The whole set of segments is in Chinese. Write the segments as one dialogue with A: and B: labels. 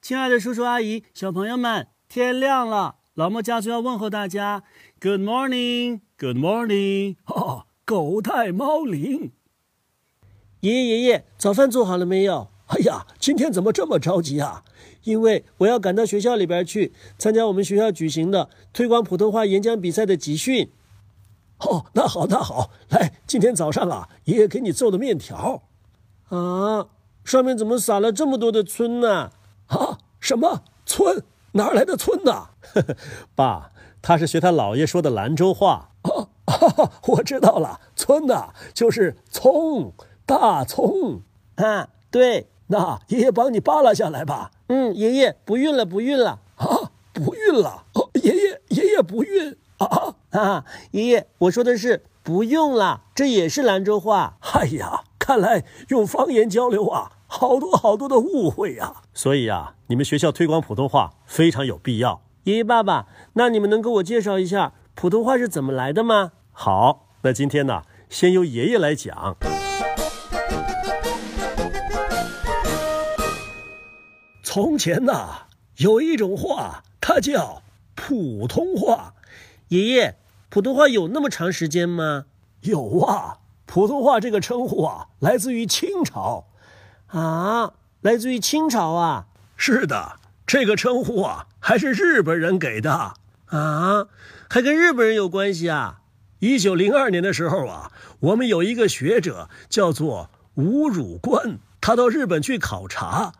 A: 亲爱的叔叔阿姨、小朋友们，天亮了，老莫家族要问候大家，Good morning，Good morning。哦，狗带猫铃。
B: 爷爷爷爷，早饭做好了没有？哎呀，今天怎么这么着急啊？因为我要赶到学校里边去参加我们学校举行的推广普通话演讲比赛的集训。哦，那好，那好，来，今天早上啊，爷爷给你做的面条。啊，上面怎么撒了这么多的村呢、啊？什么村？哪儿来的村呐、 爸，他是学他姥爷说的兰州话。哦， 我知道了，村呐、就是葱，大葱。啊，对，那爷爷帮你扒拉下来吧。嗯，爷爷不孕了，不孕了。啊，不孕了。哦、爷爷，爷爷不孕啊啊！爷爷，我说的是不用了，这也是兰州话。哎呀，看来用方言交流啊，好多好多的误会呀、所以啊，你们学校推广普通话非常有必要。爷爷爸爸，那你们能给我介绍一下普通话是怎么来的吗？好，那今天呢，先由爷爷来讲。从前呐、有一种话，它叫普通话。爷爷，普通话有那么长时间吗？有啊，普通话这个称呼啊，来自于清朝。啊，来自于清朝啊？是的，这个称呼啊，还是日本人给的。啊，还跟日本人有关系啊？一九零二年的时候啊，我们有一个学者叫做吴汝官，他到日本去考察，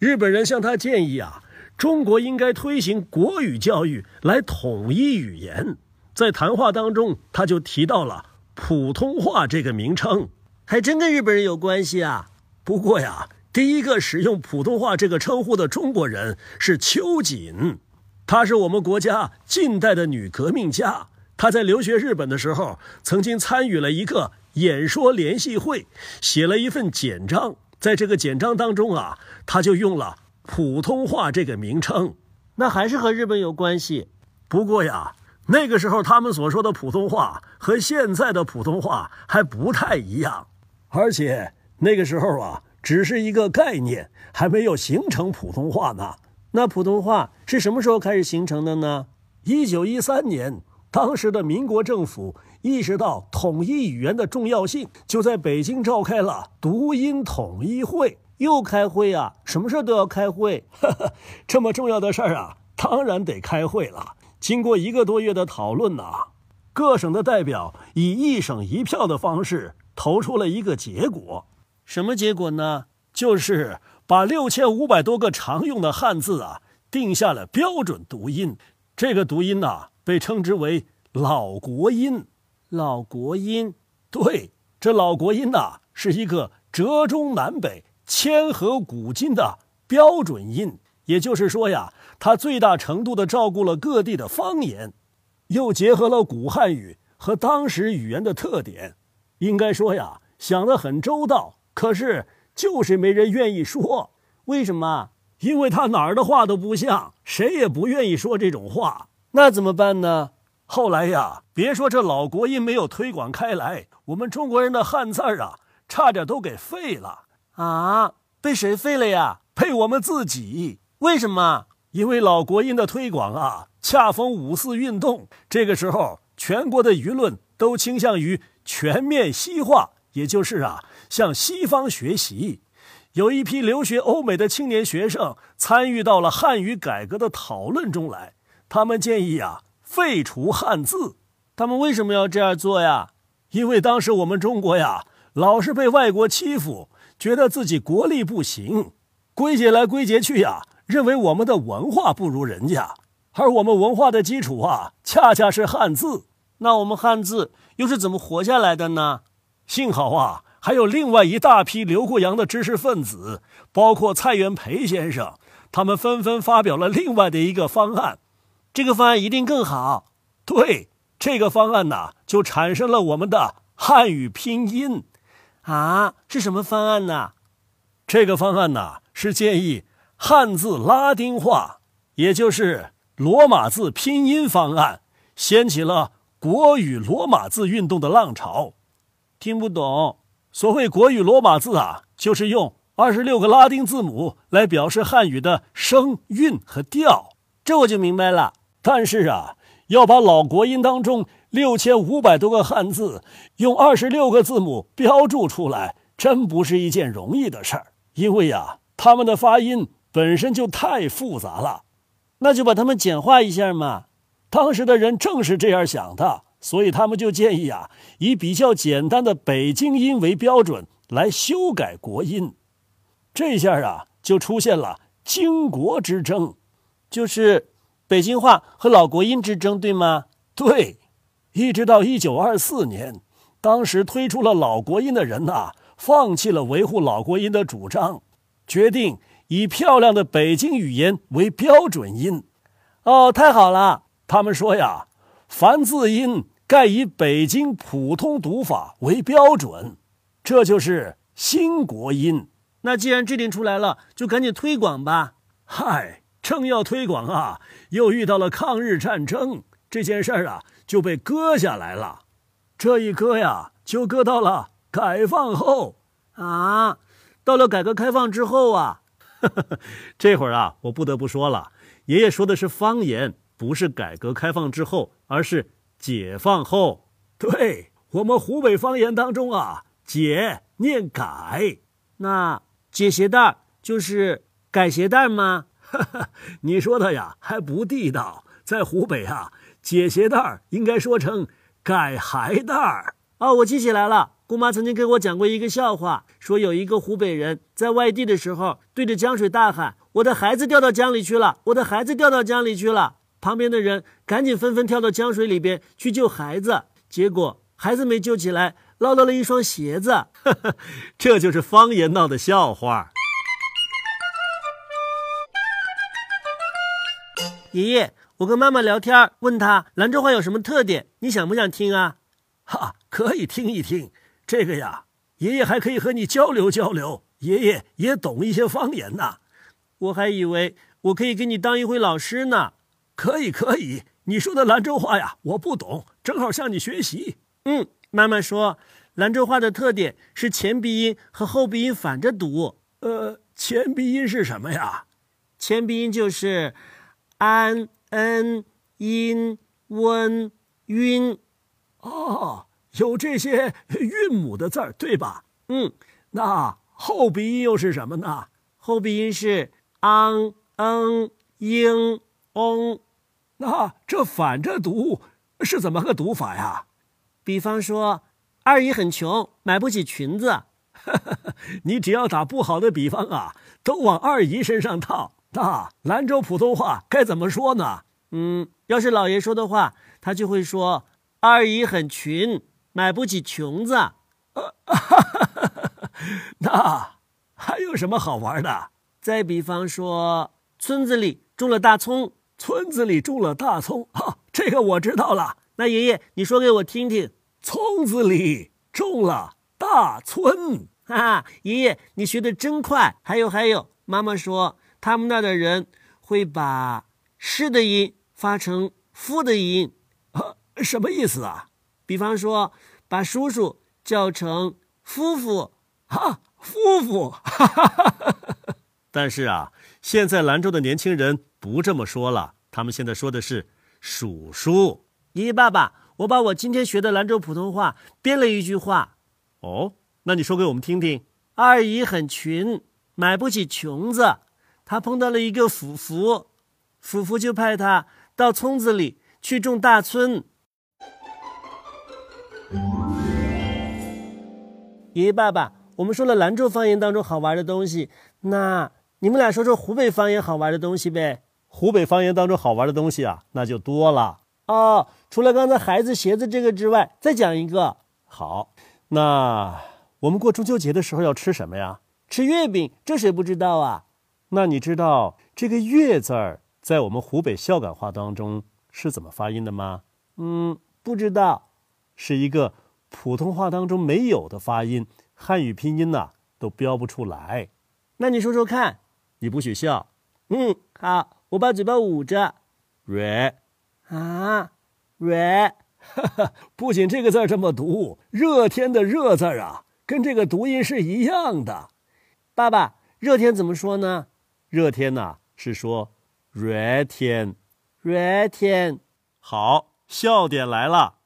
B: 日本人向他建议啊，中国应该推行国语教育来统一语言。在谈话当中，他就提到了普通话这个名称，还真跟日本人有关系啊。不过呀，第一个使用普通话这个称呼的中国人是秋瑾。她是我们国家近代的女革命家。她在留学日本的时候，曾经参与了一个演说联席会，写了一份简章。在这个简章当中啊，她就用了普通话这个名称。那还是和日本有关系。不过呀，那个时候他们所说的普通话和现在的普通话还不太一样，而且那个时候啊，只是一个概念，还没有形成普通话呢。那普通话是什么时候开始形成的呢？一九一三年，当时的民国政府意识到统一语言的重要性，就在北京召开了读音统一会。又开会啊，什么事儿都要开会。 这么重要的事儿啊，当然得开会了。经过一个多月的讨论呐、各省的代表以一省一票的方式投出了一个结果。什么结果呢？就是把六千五百多个常用的汉字啊定下了标准读音。这个读音呐、啊被称之为老国音。老国音，对，这老国音呐、啊是一个折中南北、谦和古今的标准音。也就是说呀，它最大程度地照顾了各地的方言，又结合了古汉语和当时语言的特点，应该说呀，想得很周到。可是就是没人愿意说，为什么？因为他哪儿的话都不像，谁也不愿意说这种话。那怎么办呢？后来呀，别说这老国音没有推广开来，我们中国人的汉字儿啊，差点都给废了啊！被谁废了呀？被我们自己。为什么？因为老国音的推广啊，恰逢五四运动，这个时候全国的舆论都倾向于全面西化，也就是啊，向西方学习。有一批留学欧美的青年学生参与到了汉语改革的讨论中来，他们建议啊废除汉字。他们为什么要这样做呀？因为当时我们中国呀老是被外国欺负，觉得自己国力不行，归结来归结去呀，认为我们的文化不如人家，而我们文化的基础啊恰恰是汉字。那我们汉字又是怎么活下来的呢？幸好啊，还有另外一大批留过洋的知识分子，包括蔡元培先生，他们纷纷发表了另外的一个方案。这个方案一定更好。对，这个方案呐、就产生了我们的汉语拼音。啊，是什么方案呢、这个方案呐、是建议汉字拉丁化，也就是罗马字拼音方案，掀起了国语罗马字运动的浪潮。听不懂。所谓国语罗马字啊，就是用二十六个拉丁字母来表示汉语的声、韵和调。这我就明白了。但是啊，要把老国音当中六千五百多个汉字用二十六个字母标注出来，真不是一件容易的事儿。因为呀、他们的发音本身就太复杂了，那就把它们简化一下嘛。当时的人正是这样想的，所以他们就建议啊，以比较简单的北京音为标准来修改国音。这下啊，就出现了京国之争，就是北京话和老国音之争，对吗？对，一直到一九二四年，当时推出了老国音的人呐、放弃了维护老国音的主张，决定以漂亮的北京语言为标准音。哦，太好了！他们说呀，凡字音盖以北京普通读法为标准，这就是新国音。那既然制定出来了，就赶紧推广吧。嗨，正要推广啊，又遇到了抗日战争，这件事儿啊就被搁下来了。这一搁呀，就搁到了改放后啊，到了改革开放之后啊。这会儿啊，我不得不说了，爷爷说的是方言，不是改革开放之后，而是解放后。对我们湖北方言当中啊，解念改，那解鞋带就是改鞋带吗？ 你说的呀，还不地道。在湖北啊，解鞋带儿应该说成改鞋带儿。哦，我记起来了，姑妈曾经给我讲过一个笑话，说有一个湖北人在外地的时候，对着江水大喊：“我的孩子掉到江里去了，我的孩子掉到江里去了。”旁边的人赶紧纷纷跳到江水里边去救孩子，结果孩子没救起来，捞到了一双鞋子。 这就是方言闹的笑话。爷爷，我跟妈妈聊天儿，问她兰州话有什么特点，你想不想听啊？哈，可以听一听。这个呀，爷爷还可以和你交流交流，爷爷也懂一些方言呐、我还以为我可以给你当一回老师呢。可以，可以。你说的兰州话呀，我不懂，正好向你学习。嗯，妈妈说，兰州话的特点是前鼻音和后鼻音反着读。呃，前鼻音是什么呀？前鼻音就是安、恩、音、温、晕。哦，有这些韵母的字儿，对吧？嗯，那后鼻音又是什么呢？后鼻音是 ang、eng、ing、ong。那这反着读是怎么个读法呀？比方说，二姨很穷，买不起裙子。你只要打不好的比方啊，都往二姨身上套。那兰州普通话该怎么说呢？嗯，要是老爷说的话，他就会说：“二姨很穷，买不起裙子。那还有什么好玩的？再比方说，村子里种了大葱，村子里种了大葱 啊，这个我知道了。那爷爷，你说给我听听。村子里种了大葱啊，爷爷，你学的真快。还有还有，妈妈说他们那儿的人会把“是”的音发成“夫”的音， 啊，什么意思啊？比方说，把叔叔叫成夫妇 啊，夫妇。 但是啊，现在兰州的年轻人不这么说了，他们现在说的是“叔叔”。爷爷、爸爸，我把我今天学的兰州普通话编了一句话。哦，那你说给我们听听。二姨很穷，买不起穷子，她碰到了一个夫妇，夫妇就派她到村子里去种大葱。爷爷、爸爸，我们说了兰州方言当中好玩的东西，那你们俩说说湖北方言好玩的东西呗？湖北方言当中好玩的东西啊，那就多了哦。除了刚才孩子鞋子这个之外，再讲一个。好，那我们过中秋节的时候要吃什么呀？吃月饼，这谁不知道啊？那你知道这个“月”字儿在我们湖北孝感话当中是怎么发音的吗？嗯，不知道。是一个普通话当中没有的发音，汉语拼音呐、都标不出来。那你说说看，你不许笑。嗯，好，我把嘴巴捂着。蕊啊，蕊，不仅这个字儿这么读，热天的热字儿啊，跟这个读音是一样的。爸爸，热天怎么说呢？
A: 热天呐、是说热天。
B: 热天。
A: 好，笑点来了。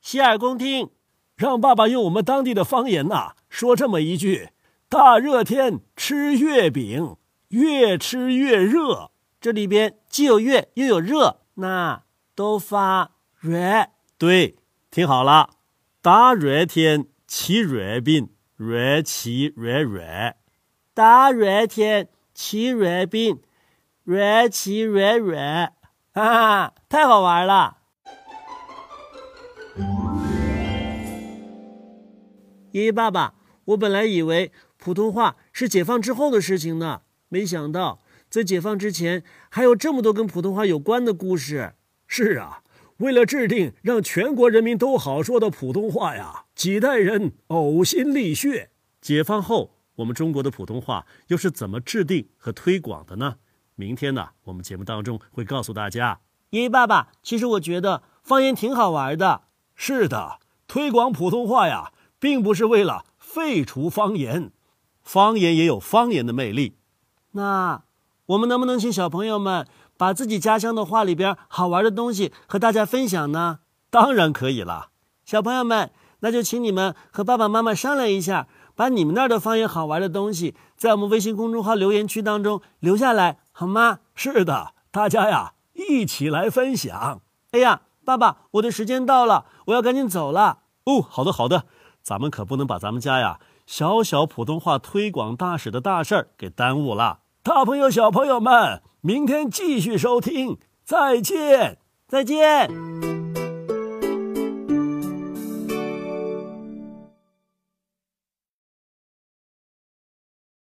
B: 洗耳恭听。
A: 让爸爸用我们当地的方言呐、说这么一句：大热天吃月饼，越吃越热。
B: 这里边既有月又有热，那都发热。
A: 对，听好了，大热天吃月饼，越吃越热。
B: 大热天吃月饼，越吃越热，哈哈，太好玩了。爷爷爸爸，我本来以为普通话是解放之后的事情呢，没想到在解放之前还有这么多跟普通话有关的故事。
A: 是啊，为了制定让全国人民都好说的普通话呀，几代人呕心沥血。解放后，我们中国的普通话又是怎么制定和推广的呢？明天呢，我们节目当中会告诉大家。
B: 爷爷爸爸，其实我觉得方言挺好玩的。
A: 是的，推广普通话呀，并不是为了废除方言，方言也有方言的魅力。
B: 那我们能不能请小朋友们把自己家乡的话里边好玩的东西和大家分享呢？
A: 当然可以啦。
B: 小朋友们，那就请你们和爸爸妈妈商量一下，把你们那儿的方言好玩的东西，在我们微信公众号留言区当中留下来，好吗？
A: 是的，大家呀，一起来分享。
B: 哎呀，爸爸，我的时间到了，我要赶紧走了。
A: 哦，好的好的，咱们可不能把咱们家呀小小普通话推广大使的大事儿给耽误了。大朋友小朋友们，明天继续收听，再见。
B: 再见。